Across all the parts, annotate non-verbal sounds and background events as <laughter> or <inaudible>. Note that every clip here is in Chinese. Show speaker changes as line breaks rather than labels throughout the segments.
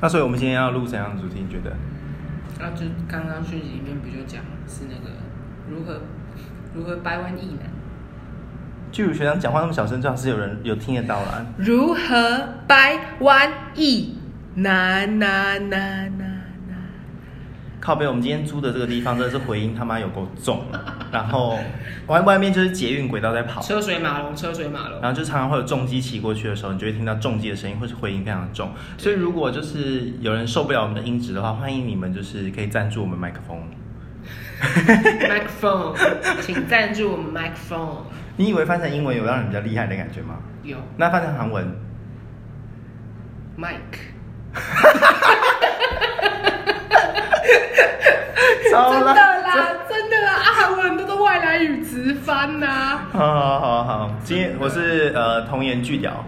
那所以我们今天要录怎样的主题？你觉得？
啊，就刚刚讯息里面不就讲是那个如何如何掰弯异男，
巨乳学长讲话那么小声，最好是有人有听得到啦。
如何掰弯异男呐呐呐呐，
靠北，我们今天租的这个地方真的是回音他妈有够重，然后外外面就是捷运轨道在跑，
车水马龙，车水马龙。
然后就常常会有重机骑过去的时候，你就会听到重机的声音，或是回音非常重。所以如果就是有人受不了我们的音质的话，欢迎你们就是可以赞助我们麦克风。
microphone，请赞助我们 microphone。
你以为翻成英文有让人比较厉害的感觉吗？
有
那翻成韩文，
mic，
糟
<laughs> 真
了
的啦，真的啦，啊，韩文都是外来语直翻呐、
<laughs> 好好好好，今天我是呃童颜巨屌，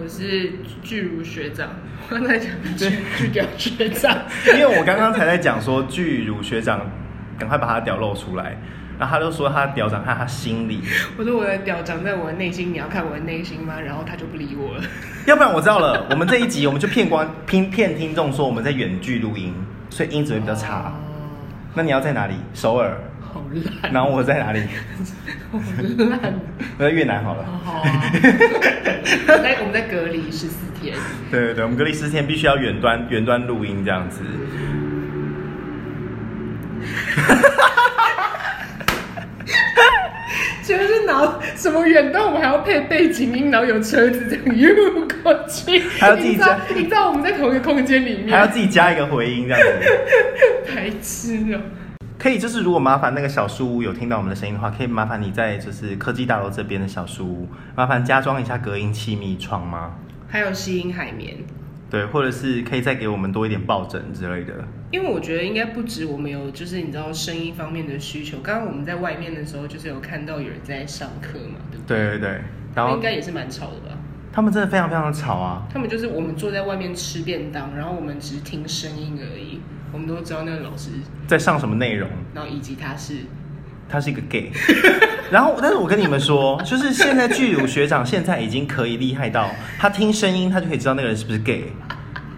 我是巨乳学长，我刚才讲 <laughs> 巨巨屌学长，
<laughs> 因为我刚刚才在讲说巨乳学长，赶快把他屌露出来，然后他就说他屌长在他心里，
我说我的屌长在我的内心，你要看我的内心吗？然后他就不理我了。
要不然我知道了，我们这一集我们就骗光骗骗听众说我们在远距录音，所以音质会比较差。
哦
那你要在哪里？首尔，
好烂，
然后我在哪里？
好烂，
我在越南好了。
好好啊！我们在我们在隔离十四天，
对对对，我们隔离十天必须要远端远端录音这样子。
就是脑什么远端，我们还要配背景音，然后有车子这样溜过去，
还要自己
你知道
加，
你知道我们在同一个空间里面，
还要自己加一个回音这样子。
白痴哦、
可以，就是如果麻烦那个小书屋有听到我们的声音的话，可以麻烦你在就是科技大楼这边的小书屋，麻烦加装一下隔音器密窗吗？
还有吸引海绵，
对，或者是可以再给我们多一点抱枕之类的。
因为我觉得应该不止我们有，就是你知道声音方面的需求。刚刚我们在外面的时候，就是有看到有人在上课嘛，对不对？
对对对，
他
然
们
后
应该也是蛮吵的吧？
他们真的非常非常的吵啊。
他们就是我们坐在外面吃便当，然后我们只是听声音而已。我们都知道那个老师，
在上什么内容？
然后以及他是
他是一个 gay。然 <laughs> 后，但是我跟你们说，就是现在巨乳学长现在已经可以厉害到，他听声音他就可以知道那个人是不是 gay。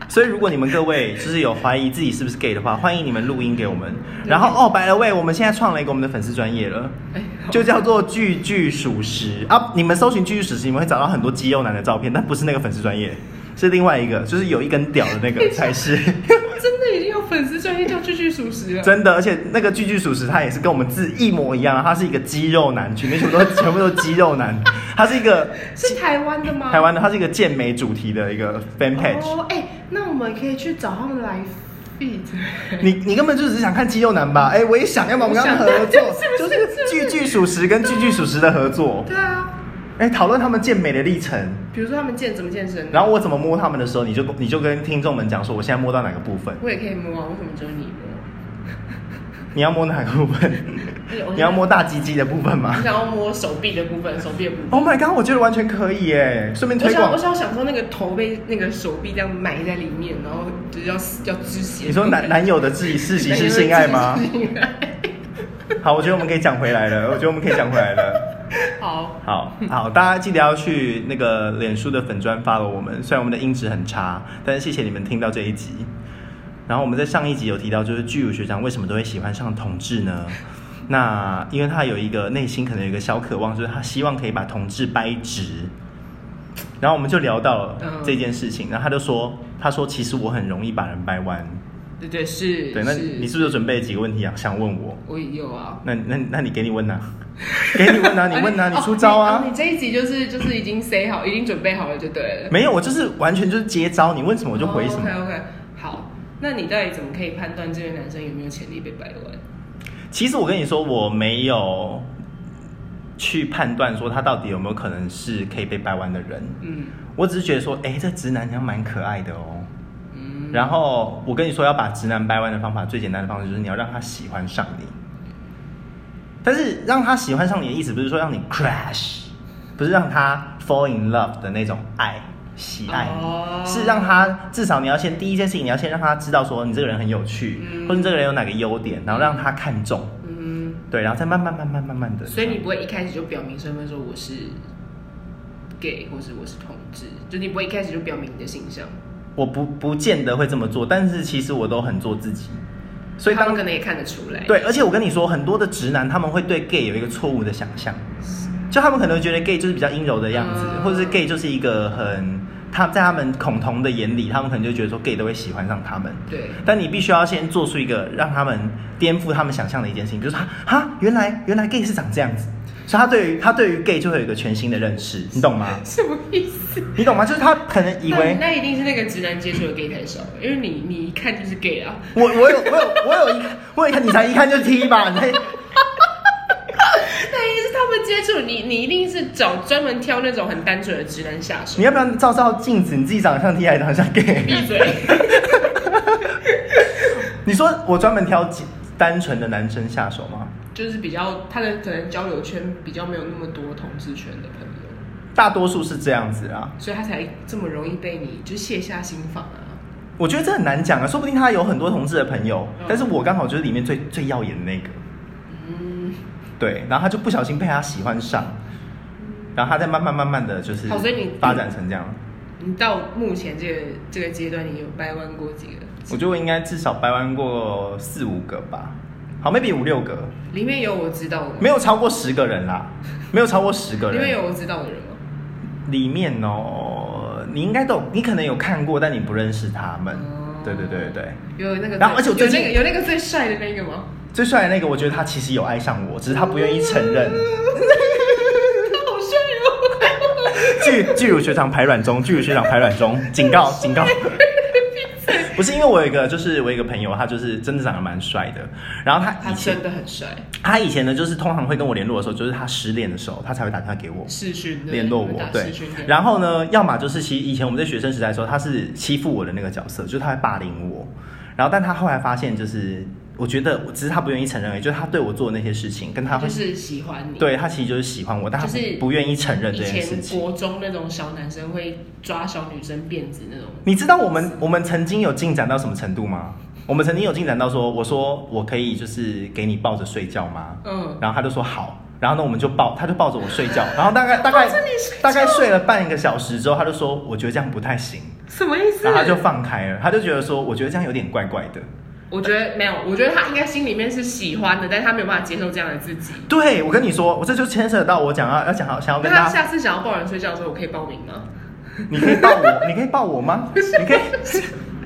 所以，如果你们各位就是有怀疑自己是不是 gay 的话，欢迎你们录音给我们。然后，哦，白了喂，我们现在创了一个我们的粉丝专业了，
哎， <laughs>
就叫做巨巨属实啊。你们搜寻巨巨属实，你们会找到很多肌肉男的照片，但不是那个粉丝专业，是另外一个，就是有一根屌的那个才
<laughs>
是。
真的已经有粉丝专业叫句句属实了。
真的，而且那个句句属实，他也是跟我们字一模一样，他是一个肌肉男群，里面全部都全部都是肌肉男，他是一个
是台湾的吗？
台湾的，他是一个健美主题的一个 fan page。
哦，哎、那我们可以去找他们来 feed。 <laughs>
你你根本就只是想看肌肉男吧？哎、我也想要嘛，我们跟他们合作，
嗯 <laughs> 是不是
就是句句属实跟句句属实的合作，
对啊，
哎、讨论他们健美的历程，
比如说他们健怎么健身，
然后我怎么摸他们的时候，你就你就跟听众们讲说，我现在摸到哪个部分，
我也可以摸啊，为什么只有你摸？哎
你要摸哪个部分？
我
你要摸大鸡鸡的部分吗
我想要摸手臂的部分，手臂的部分。
？Oh my god，我觉得完全可以哎，顺便
我
推
想，
广
我。想想说那个头被那个手臂这样埋在里面，然后就是要要支血。
你说男男友的自己是喜是性爱吗？好，我觉得我们可以讲回来了，我觉得我们可以讲回来了。
好，
好好，大家记得要去那个脸书的粉砖 follow 我们，虽然我们的音质很差，但是谢谢你们听到这一集。然后我们在上一集有提到，就是巨乳学长为什么都会喜欢上同志呢？那因为他有一个内心可能有一个小渴望，就是他希望可以把同志掰直。然后我们就聊到了
嗯
这件事情，然后他就说，他说其实我很容易把人掰弯。
对对是。
对，那你是不是有准备几个问题啊？想问我？
我也有啊。
那那那你给你问呐、给你问呐、你问呐、
啊
你出招
<laughs> 哦
啊！
你这一集就是就是已经 say 好，已经准备好了就对了。
没有，我就是完全就是接招，你问什么我就回什么。
OK OK，好。那你到底怎么可以判断这位男生有没有潜力被掰弯？
其实我跟你说，我没有去判断说他到底有没有可能是可以被掰弯的人，
嗯
我只是觉得说，哎、这直男好像蛮可爱的哦。
嗯，
然后我跟你说，要把直男掰弯的方法，最简单的方式就是你要让他喜欢上你。但是让他喜欢上你的意思，不是说让你 crash，不是让他 fall in love 的那种爱喜爱你
哦
是让他至少你要先第一件事情，你要先让他知道说你这个人很有趣，
嗯
或者你这个人有哪个优点，然后让他看中，
嗯，
对，然后再慢慢慢慢慢慢的。
所以你不会一开始就表明身份说我是 gay 或是我是同志，就你不会一开始就表明你的形象。
我不不见得会这么做，但是其实我都很做自己。所以
他
当
们可能也看得出来。
对，而且我跟你说，很多的直男他们会对 gay 有一个错误的想象，就他们可能觉得 gay 就是比较阴柔的样子，
嗯
或者是 gay 就是一个很他在他们恐同的眼里，他们可能就觉得说 gay 都会喜欢上他们。
对，
但你必须要先做出一个让他们颠覆他们想象的一件事情，比如说哈哈，原来原来 gay 是长这样子，所以他对于他对于 gay 就会有一个全新的认识，你懂吗？
<laughs> 什么意思？
你懂吗？就是他可能以为
那那一定是那个直男接触的 gay 太少，因为你你一看就是 gay 啊。
我我有我有我有一看我有一看你才一看就 T 吧，你才
<laughs> 那一定是他们接触你，你一定是找专门挑那种很单纯的直男下手
你。要不要照照镜子，你自己长得像 T 还是长得像 gay？
闭嘴！
你说我专门挑几单纯的男生下手吗？
<laughs> 就是比较他的可能交友圈比较没有那么多同志圈的朋友，
大多数是这样子啊，
所以他才这么容易被你就卸下心防啊。
我觉得这很难讲啊，说不定他有很多同志的朋友
嗯，
但是我刚好就是里面最最耀眼的那个，
嗯，
对，然后他就不小心被他喜欢上，然后他再慢慢慢慢的就是
好所以你
发展成这样，
你到目前这个这个阶段，你有掰弯过几个？
我觉得我应该至少掰弯过四五个吧，好，maybe 五六个，
里面有我知道的吗？
没有超过十个人啦，没有超过十个
里
人，
面有我知道的人吗？
里面哦，你应该都有你可能有看过，但你不认识他们
哦，
对对对对对。
有那个最，
然后而且我最
有
近
那个有那个最帅的那个吗？
最帅的那个，我觉得他其实有爱上我，只是他不愿意承认。
<laughs> 他好帅哦！
巨巨乳学长排卵中，巨乳学长排卵中，警告警
<laughs>
告。不是因为我有一个，就是我有一个朋友，他就是真的长得蛮帅的。然后他
他
<laughs> 以前
真的很帅，
他以前呢，就是通常会跟我联络的时候，就是他失恋的时候，他才会打电话给我
视讯的
联络我
打。
对
视讯的，
然后呢，要么就是其以前我们在学生时代的时候，他是欺负我的那个角色，就是他会霸凌我。然后，但他后来发现，就是我觉得只是他不愿意承认而已，就是他对我做的那些事情，跟他会
就是喜欢你。
对他其实就是喜欢我，但他
就是
不愿意承认这
以
件事
前
情。
国中那种小男生会抓小女生辫子那种，
你知道我们我们曾经有进展到什么程度吗？我们曾经有进展到说，我说我可以就是给你抱着睡觉吗？
嗯，
然后他就说好，然后呢我们就抱，他就抱着我睡觉，然后大概大概
抱着你睡觉
大概睡了半个小时之后，他就说我觉得这样不太行，
什么意思？
然后他就放开了，他就觉得说我觉得这样有点怪怪的。
我觉得没有，我觉得他应该心里面是喜欢的，但他没有办法接受这样的自己。
对，我跟你说，我这就牵涉到我讲要要讲好想要
那
跟
他
大家，
下次想要抱人睡觉的时候，我可以报名吗？
你可以抱我，你可以抱我吗？你 <laughs> 可以。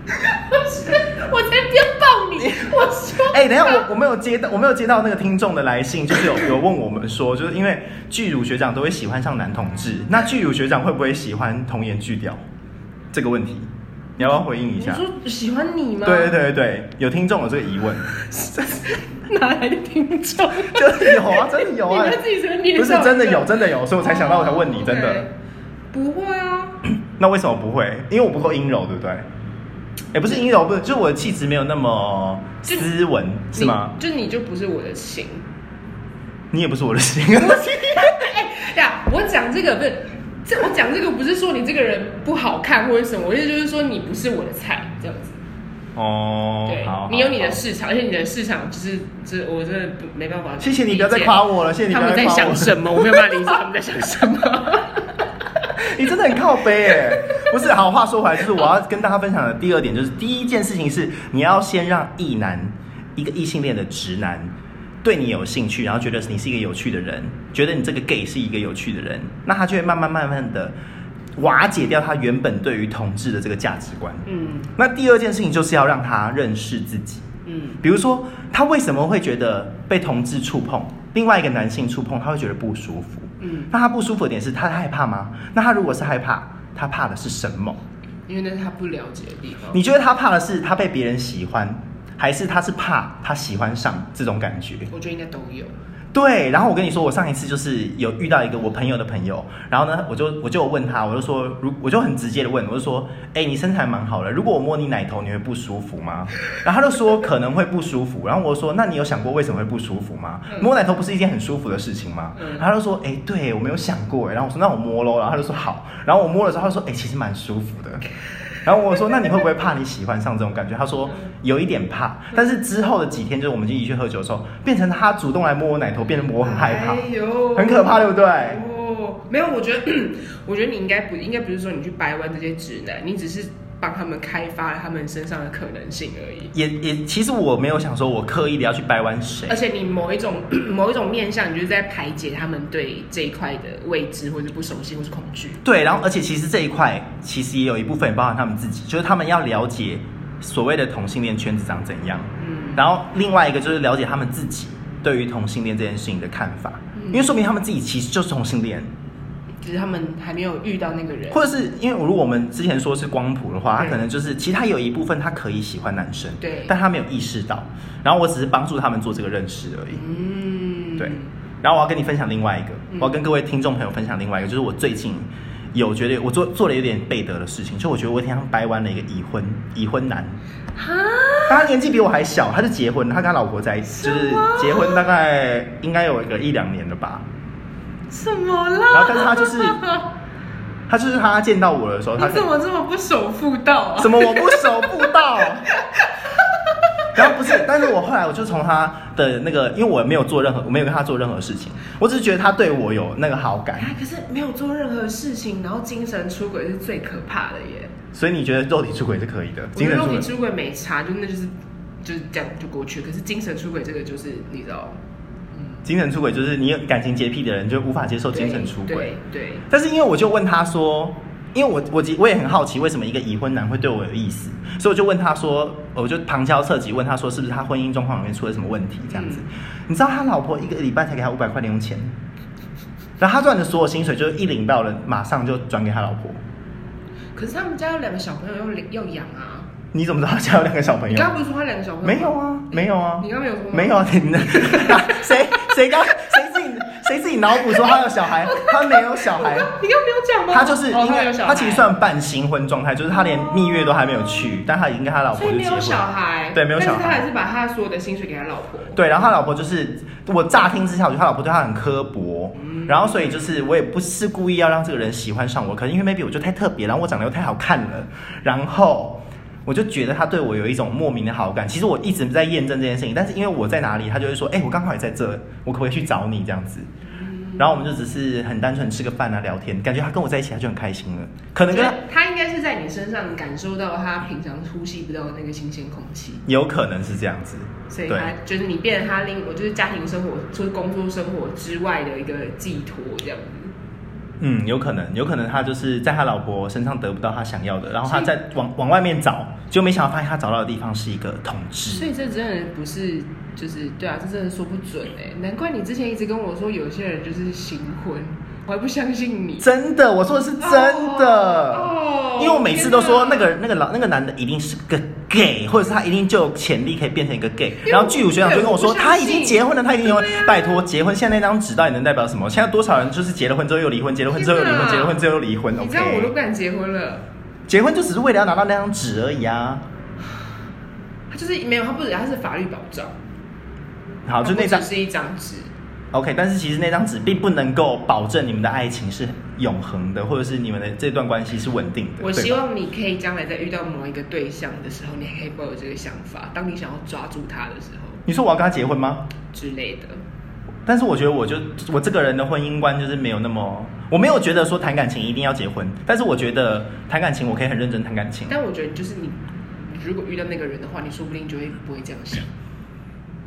我是我才不要抱你！我说，
哎、等一下，我我没有接到，我没有接到那个听众的来信，就是有有问我们说，就是因为巨乳学长都会喜欢上男同志，那巨乳学长会不会喜欢童颜巨屌这个问题？你要不要回应一
你
下？
说喜欢你吗？
对对，对对对，有听众有这个疑
<laughs>
问，
哪来的听众？
<laughs> 就是有啊，真的有
<laughs> 你
啊
们，自己随便捏
不是
造一个
真的有，真的有，所以我才想到，我才问你，真
哦
的
，OK。不会啊，
那为什么不会？因为我不够阴柔，对不对？也、不是阴柔，不是，就是我的气质没有那么
就
斯文，是吗？
你？就你就不是我的型。 <laughs>
你也不是我的型。
哎呀，我讲这个不是，这我讲这个不是说你这个人不好看或者什么，我意思就是说你不是我的菜这样子。
哦，
对，
好，
你有你
好
的市场，而且你的市场就是，这我真的不没办法。
谢谢你不要再夸。我了，谢谢你
他
不要
们
再
在
夸我
想
了。 <laughs>
什么？我没有办法理解他们在想什么。
你真的很靠背哎、不是，好话说回来，就是我要跟大家分享的第二点，就是第一件事情是你要先让异男，一个异性恋的直男对你有兴趣，然后觉得你是一个有趣的人，觉得你这个 gay 是一个有趣的人，那他就会慢慢慢慢的瓦解掉他原本对于同志的这个价值观。
嗯
那第二件事情就是要让他认识自己。
嗯，
比如说，他为什么会觉得被同志触碰，另外一个男性触碰，他会觉得不舒服？
嗯，
那他不舒服的点是他害怕吗？那他如果是害怕，他怕的是什么？
因为那是他不了解的地方。
你觉得他怕的是他被别人喜欢，还是他是怕他喜欢上这种感觉？
我觉得应该都有。
对，然后我跟你说，我上一次就是有遇到一个我朋友的朋友，然后呢，我就我就有问他，我就说，如我就很直接的问，我就说，哎、你身材蛮好的，如果我摸你奶头，你会不舒服吗？ <laughs> 然后他就说可能会不舒服，然后我就说，那你有想过为什么会不舒服吗？
嗯
摸奶头不是一件很舒服的事情吗？
嗯
然后他就说，哎、对我没有想过，然后我说那我摸咯，然后他就说好，然后我摸了之后，他就说，哎、其实蛮舒服的。然后我说：“那你会不会怕你喜欢上这种感觉？”他说：“有一点怕，但是之后的几天，就是我们一起去喝酒的时候，变成他主动来摸我奶头，变得我很害怕，
哎呦，
很可怕，对不对？
<clears throat> 哦，没有，我觉得，我觉得你应该不应该不是说你去掰弯这些直男，你只是帮他们开发了他们身上的可能性而已。
也也，其实我没有想说我刻意的要去掰弯谁
而，且你某一种 <clears throat> 某一种面向，你就是在排解他们对这一块的未知，或是不熟悉，或是恐惧。
对，然后而且其实这一块其实也有一部分也包含他们自己，就是他们要了解所谓的同性恋圈子长怎样，
嗯，
然后另外一个就是了解他们自己对于同性恋这件事情的看法，
嗯
因为说明他们自己其实就是同性恋，
只是他们还没有遇到那个人。
或者是因为如果我们之前说是光谱的话，他
嗯
可能就是其实他有一部分他可以喜欢男生，
对
但他没有意识到，然后我只是帮助他们做这个认识而已。
嗯，
对然后我要跟你分享另外一个，
嗯
我要跟各位听众朋友分享另外一个，就是我最近有觉得我做做了有点背德的事情，就我觉得我天上掰弯了一个已婚已婚男，
哈，
但他年纪比我还小，他就结婚，他跟他老婆在一起，就是
什么
结婚大概应该有一个一两年了吧。
怎么了？
然后但是他就是他就是他见到我的时候，他
<laughs> 你
可
怎
能
么这么不守妇道啊？
怎么我不熟不
<laughs>
到？然后不是，但是我后来我就从他的那个，因为我没有做任何，我没有跟他做任何事情，我只是觉得他对我有那个好感，
哎可是没有做任何事情，然后精神出轨是最可怕的耶。
所以你觉得肉体出轨是可以的，
我觉
精
得
神
肉
出轨
体出轨没差，就那就是就是这样就过去。可是精神出轨这个就是你知道，嗯，
精神出轨就是你有感情洁癖的人就无法接受精神出轨。
对对
但是因为我就问他说，因为我我我也很好奇为什么一个已婚男会对我有意思，所以我就问他说，我就旁敲侧击问他说，是不是他婚姻状况里面出了什么问题这样
嗯
子？你知道他老婆一个礼拜才给他五百块零用钱，然后他赚的所有薪水就是一领到了马上就转给他老婆。
可是他们家有两个小朋友要领要养啊。
你怎么知道他家有两个小朋
你
友
刚？刚不是说他两个小朋友？
没有啊，没有啊，
你刚刚没有说吗
没有啊，你
<laughs>
呢？谁谁刚谁自己谁自己脑补说他有小孩，他没有小孩，
你刚刚没有讲吗？
啊他就是
哦
应该、
有小孩，
他其实算半新婚状态，就是他连蜜月都还没有去，但他已经跟他老
所
婆
以
就
没
结
有
婚
小
了。
孩，
对没有小
但
孩
是他还是把他所有的薪水给他老婆。
对，然后他老婆就是我乍听之下，我觉得他老婆对他很刻薄，
嗯
然后所以就是我也不是故意要让这个人喜欢上我，可能因为 maybe 我就太特别，然后我长得又太好看了，然后我就觉得他对我有一种莫名的好感。其实我一直在验证这件事情，但是因为我在哪里，他就会说，哎、我刚好也在这，我可不可以去找你这样子？
嗯
然后我们就只是很单纯吃个饭啊，聊天，感觉他跟我在一起他就很开心了，可能跟他
他他应该是在你身上感受到他平常呼吸不到的那个新鲜空气，
有可能是这样子，
所以
对
他就是你变成他另，我就是家庭生活，就是工作生活之外的一个寄托这样子。
嗯，有可能，有可能他就是在他老婆身上得不到他想要的，然后他
所以
在往往外面找，就没想到发现他找到的地方是一个同
所
志。
以这真的不是，就是对啊，这真的说不准哎、难怪你之前一直跟我说有些人就是新婚，我还不相信你。
真的，我说的是真的，
哦哦
因为我每次都说
天
那
哪
个那个老那个男的一定是个 gay，或者是他一定就有潜力可以变成一个 gay。
为
然后剧组学长就跟我说
哎我不相
他已
信
经结婚了，他已经结婚，
对啊
拜托结婚现在那张纸到底能代表什么？现在多少人就是结了婚之后又离婚，结了婚之后又离
天
婚，
哪
结了婚之后又离婚
你这样我都不
，OK？
敢结婚了。
结婚就只是为了要拿到那张纸而已啊。
他就是没有，他不止，他是法律保障。
好，就那张
它不只是一张纸。
OK，但是其实那张纸并不能够保证你们的爱情是永恒的，或者是你们的这段关系是稳定的。
我
对吧
希望你可以将来在遇到某一个对象的时候，你还可以抱有这个想法。当你想要抓住他的时候
你说我要跟他结婚吗？
之类的，
但是我觉得我就我这个人的婚姻观就是没有那么，我没有觉得说谈感情一定要结婚，但是我觉得谈感情我可以很认真谈感情。
但我觉得就是你，如果遇到那个人的话，你说不定就会不会这样想。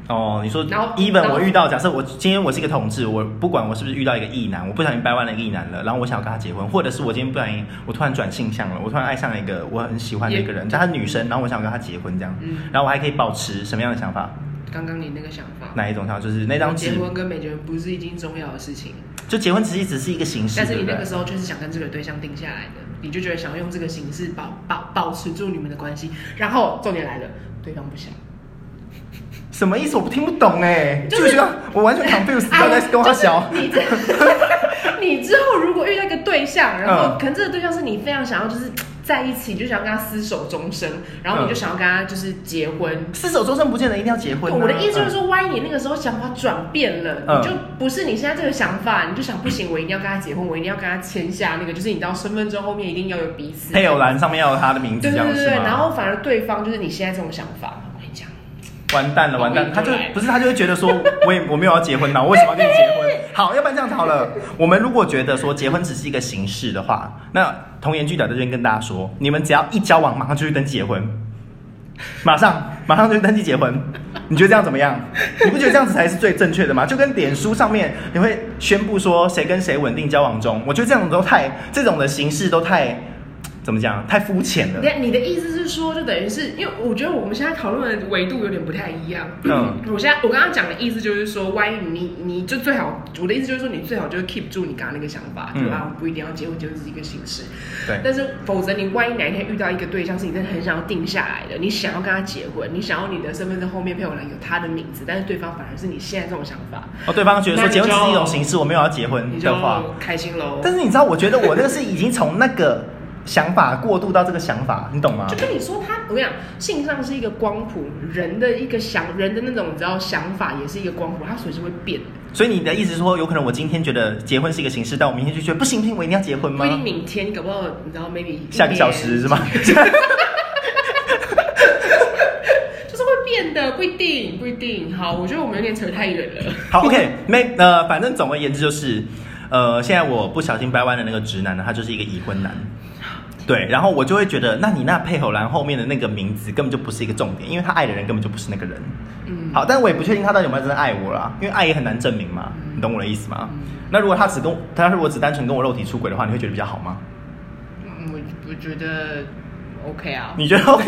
哦，你说
然后
，even
然后
我遇到，假设我今天我是一个同志，我不管我是不是遇到一个异男，我不小心掰弯了一个异男了，然后我想要跟他结婚，或者是我今天不小心我突然转性向了，我突然爱上了一个我很喜欢的一个人，但他是女生，然后我想要跟他结婚这样，
嗯
然后我还可以保持什么样的想法？
刚刚你那个想法，
哪一种想法？就是那张
结
纸，
婚跟没结婚不是一件重要的事情，
就结婚其实只是一个形式，
但是你
对啊不
那个
对？
时候就是想跟这个对象定下来的，你就觉得想要用这个形式保保保持住你们的关系。然后重点来了，对方
<laughs>
不想。
什么意思？我不听不懂哎、
就啊
就是是我完全
<laughs>
confused，不要再跟我小。
就是
<laughs>
你这，你之后如果遇到一个对象，然后
嗯
可能这个对象是你非常想要，就是在一起，你就想跟他厮守终身，然后你就
嗯
想要跟他就是结婚。
厮守终身不见得一定要结婚、啊。
我的意思就是
嗯，
说，万一你那个时候想法转变了，
嗯
你就不是你现在这个想法，你就想不行，我一定要跟他结婚，我一定要跟他签下那个，就是你到身份证后面一定要有彼
嗯
此。
配偶栏上面要有他的名字，这
对对
样
对
是
对，
吗？
然后反而对方就是你现在这种想法，我跟你讲，
完蛋了，
报
完
应
蛋了，他就
就来了
不是他就会觉得说，我也我没有要结婚呐，我为什么要跟你结婚？好，要不然这样，他好了，我们如果觉得说结婚只是一个形式的话，那童颜巨屌在这边跟大家说，你们只要一交往，马上就去登记结婚，马上马上就去登记结婚。你觉得这样怎么样？你不觉得这样子才是最正确的吗？就跟脸书上面你会宣布说谁跟谁稳定交往中，我觉得这种都太这种的形式都太怎么讲？太肤浅了。
你你的意思是说，就等于是因为我觉得我们现在讨论的维度有点不太一样。
嗯
我现在我刚刚讲的意思就是说，万一你你就最好，我的意思就是说，你最好就是 keep 住你刚刚那个想法，
嗯
就啊不一定要结婚，结婚只是一个形式。
对，
但是否则你万一哪一天遇到一个对象是你真的很想要定下来的，你想要跟他结婚，你想要你的身份证后面配偶栏有他的名字，但是对方反而是你现在这种想法，
哦，对方觉得
那
说
你
结婚只是一
就
种形式，我没有要结婚
你就
嗯的话，
开心喽。
但是你知道，我觉得我那个是已经从那个想法过渡到这个想法，你懂吗
就？跟你说他，我跟你讲，性上是一个光谱，人的一个想人的那种，你知道想法也是一个光谱，它随时会变的，
所以你的意思是说，有可能我今天觉得结婚是一个形式，但我明天就觉得不行不行，我一定要结婚
不一定
吗？
明天，你搞不好你知道 maybe 一
下个小时
年
是吗？
就是会变的，不一定，不一定。好，我觉得我们有点扯太远了。
好，OK，没呃，反正总而言之就是，呃，现在我不小心掰弯的那个直男呢，他就是一个已婚男。对，然后我就会觉得，那你那配偶栏后面的那个名字根本就不是一个重点，因为他爱的人根本就不是那个人。
嗯，
好，但我也不确定他到底有没有真的爱我啦，因为爱也很难证明嘛，你懂我的意思吗？那如果他只跟我他如果只单纯跟我肉体出轨的话，你会觉得比较好吗？
嗯，我我觉得 OK 啊。
你觉得 OK？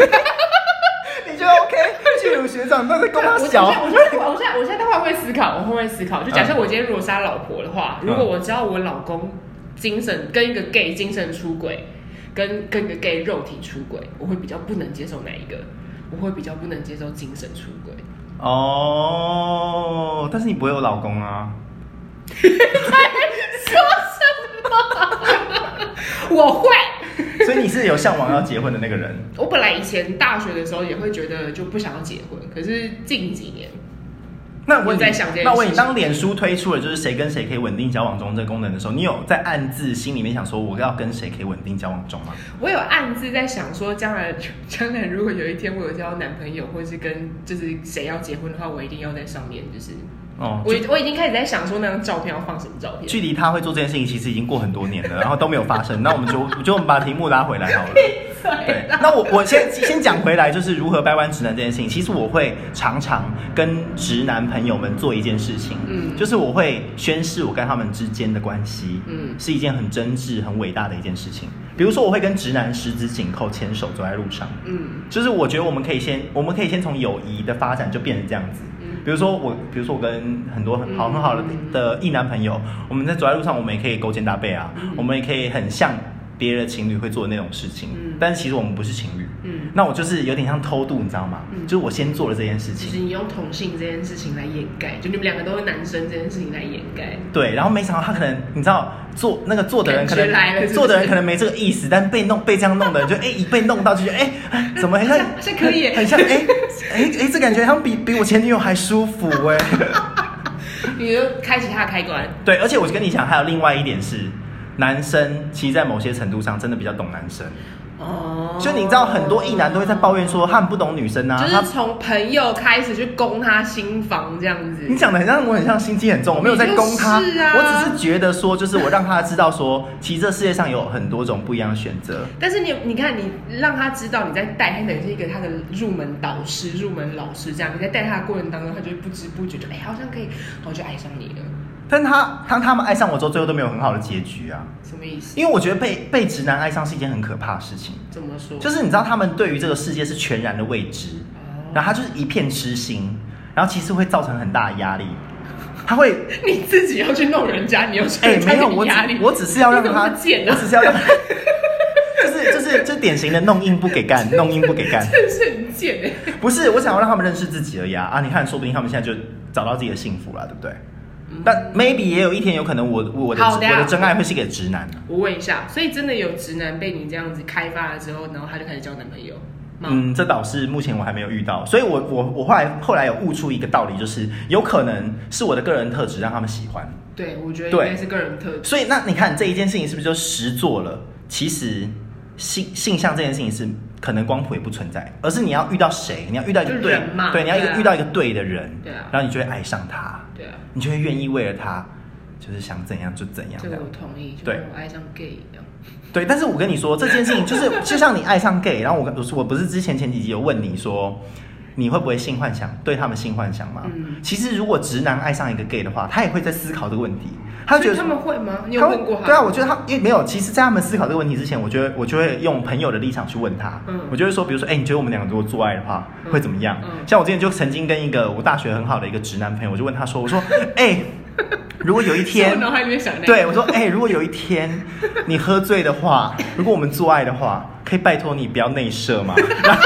你觉得 OK？巨乳学长，那在跟他
我
小，
我现在我现在我现在待会会思考，我会不会思考？就假设我今天如果杀老婆的话，
嗯
如果我知道我老公精神跟一个 gay 精神出轨，跟跟一个 gay 肉体出轨，我会比较不能接受哪一个？我会比较不能接受精神出轨。 <laughs>
哦，但是你不会有老公啊。
<laughs> 我会，
<laughs> 所以你是有向往要结婚的那个
<laughs>
人，
我本来以前大学的时候也会觉得就不想要结婚，可是近几年，
那我
我在想这件
那我问你，
事情
当脸书推出了就是谁跟谁可以稳定交往中这个功能的时候，你有在暗自心里面想说我要跟谁可以稳定交往中吗？
我有暗自在想说，将来 <laughs> 将来如果有一天我有交男朋友，或是跟就是谁要结婚的话，我一定要在上面就是
哦，
我已我已经开始在想说那张照片要放什么照片。
距离他会做这件事情其实已经过很多年了，然后都没有发生。那我们就 <laughs> 我觉得我们把题目拉回来好
<laughs>
了。对，那我我先先讲回来，就是如何掰弯直男这件事情。其实我会常常跟直男朋友们做一件事情，
嗯
就是我会宣誓我跟他们之间的关系，
嗯
是一件很真挚、很伟大的一件事情。比如说，我会跟直男十指紧扣、牵手走在路上，
嗯
就是我觉得我们可以先，我们可以先从友谊的发展就变成这样子。
嗯
比如说我，比如说我跟很多很好
嗯
很好的
嗯
的异男朋友，我们在走在路上，我们也可以勾肩搭背啊，
嗯
我们也可以很像别的情侣会做的那种事情
嗯，
但是其实我们不是情侣。
嗯，
那我就是有点像偷渡，你知道吗？
嗯
就是我先做了这件事
其实
情，
你用同性这件事情来掩盖，就你们两个都是男生这件事情来掩盖。
对，然后没想到他可能你知道做那个做的人可能
感觉来了是不是
做的人可能没这个意思，但被弄被这样弄
<laughs>
的人就哎、一被弄到就觉得哎、哎怎么很像
好像可以耶
很像哎哎哎这感觉好像比比我前女友还舒服哎、
<laughs> 你就开启他的开关，
对，而且我跟你讲还有另外一点是。男生其实，在某些程度上，真的比较懂男生。
哦
就你知道，很多异男都会在抱怨说，他们不懂女生啊。
就
他
是从朋友开始去攻他心房这样子。
你讲的很像我很像心机很重，我没有在攻他，
你就是啊
我只是觉得说，就是我让他知道说，其实这世界上有很多种不一样的选择。
但是你你看，你让他知道你在带，他等于是一个他的入门导师、入门老师这样。你在带他的过程当中，他就会不知不觉就哎、好像可以，然后就爱上你了，
但他当他们爱上我之后，最后都没有很好的结局啊，
什么意思？
因为我觉得被被直男爱上是一件很可怕的事情，
怎么说？
就是你知道他们对于这个世界是全然的未知，
哦
然后他就是一片痴心，然后其实会造成很大的压力，他
<laughs>
会
你自己要去弄人家，你又去
哎、
人家
没有，
给你
我只
压力，
我只是要让
你怎么
他，
那么贱
我
啊
只是要让他，就是就是就是典型的弄硬不给干，弄硬不给干。
真是很贱哎。
不是，我想要让他们认识自己而已啊！啊，你看，说不定他们现在就找到自己的幸福了，对不对？但 maybe 也有一天，有可能我我的
好的啊
我的真爱会是给直男。
我问一下，所以真的有直男被你这样子开发了之后，然后他就开始交男朋友吗？
嗯，这倒是目前我还没有遇到，所以我我我后来后来有悟出一个道理，就是有可能是我的个人特质让他们喜欢。
对，我觉得应
对
该是个人特质。
所以那你看这一件事情是不是就实做了？其实性性向这件事情是可能光谱也不存在，而是你要遇到谁，你要遇到一个
就
对
人嘛
对，你要一个
对啊
遇到一个对的人，
对啊
然后你就会爱上他，
对啊，
你就会愿意为了他就是想怎样就怎样
这
这
个
样
我。同意，就
对
跟我爱上 gay 一样。
对，但是我跟你说这件事情，就是就像你爱上 gay，然后我跟我说我不是之前前几集有问你说你会不会性幻想，对他们性幻想吗？
嗯
其实如果直男爱上一个 gay 的话，他也会在思考这个问题，他会觉
所以
得
他
说
们会吗？你有
他会
问过他？
对啊，我觉得他因为没有，其实，在他们思考这个问题之前，我觉得我就会用朋友的立场去问他。
嗯
我就会说，比如说，哎、你觉得我们两个如果做爱的话、
嗯
会怎么样？
嗯
像我之前就曾经跟一个我大学很好的一个直男朋友，我就问他说，我说，哎、如果有一
是我 <laughs>
天，
脑海里面想的那个。
对我说，哎、如果有一天你喝醉的话，如果我们做爱的话，可以拜托你不要内射吗？然后，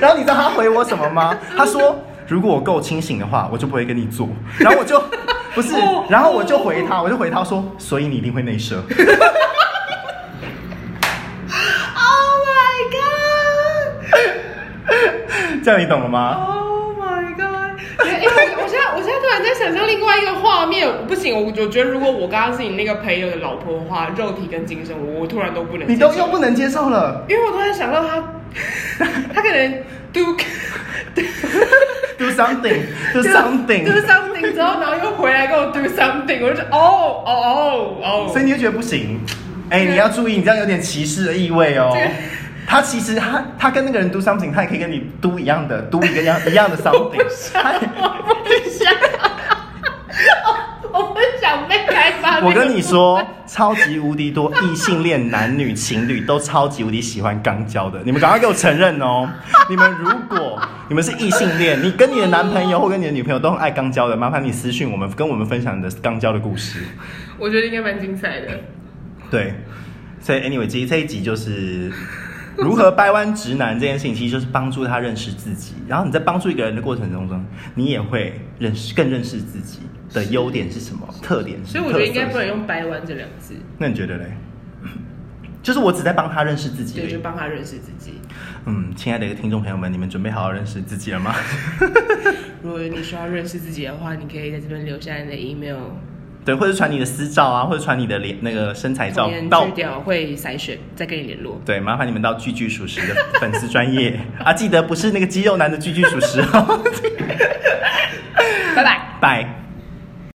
<laughs> 然后你知道他回我什么吗？他说，如果我够清醒的话，我就不会跟你做。然后我就。不是
哦，
然后我就回他，我就回他说，所以你一定会内射。 <laughs>
Oh my god!
这样你懂了吗？
Oh my god！哎、我我现在我现在突然在想象另外一个画面，不行，我我觉得如果我刚刚是你那个朋友的老婆的话，肉体跟精神，我我突然都不能接
你
受，
都又不能接受了，
因为我突然想到他，他可能 do
，do
<laughs>
something，do <laughs> something，,
do something 之后，然后又回来跟我 do something，我就哦哦哦哦，
所以你就觉得不行。哎、你要注意，你这样有点歧视的意味哦
这个。
他其实他他跟那个人 do something，他也可以跟你 do 一样的，do 一个一样一样的 something。他
<laughs> 我不想，我不想被开发。
我跟你，说，超级无敌多异性恋男女情侣都超级无敌喜欢肛交的，你们赶快给我承认哦！你们如果你们是异性恋，你跟你的男朋友或跟你的女朋友都很爱肛交的，麻烦你私讯我们，跟我们分享你的肛交的故事。
我觉得应该蛮精彩的。
对，所以 anyway，这一这一集就是如何掰弯直男这件事情，其实就是帮助他认识自己。然后你在帮助一个人的过程中中，你也会认识更认识自己的优点是什么，特点是
所
什
以
么。
我觉得应该
特色是
不能用“掰弯”这两个字，
那你觉得嘞？就是我只在帮他认识自己而
对，就
已。
帮他认识自己。
嗯，亲爱的听众朋友们，你们准备好好认识自己了吗？ <laughs>
如果你需要认识自己的话，你可以在这边留下你的 email，
对，或者传你的私照啊，或者传你的脸那个身材照
童颜
到
去掉会筛选，再跟你联络。
对，麻烦你们到句句属实的粉丝专业啊，记得不是那个肌肉男的句句属实哦。
拜拜。
<laughs> 拜。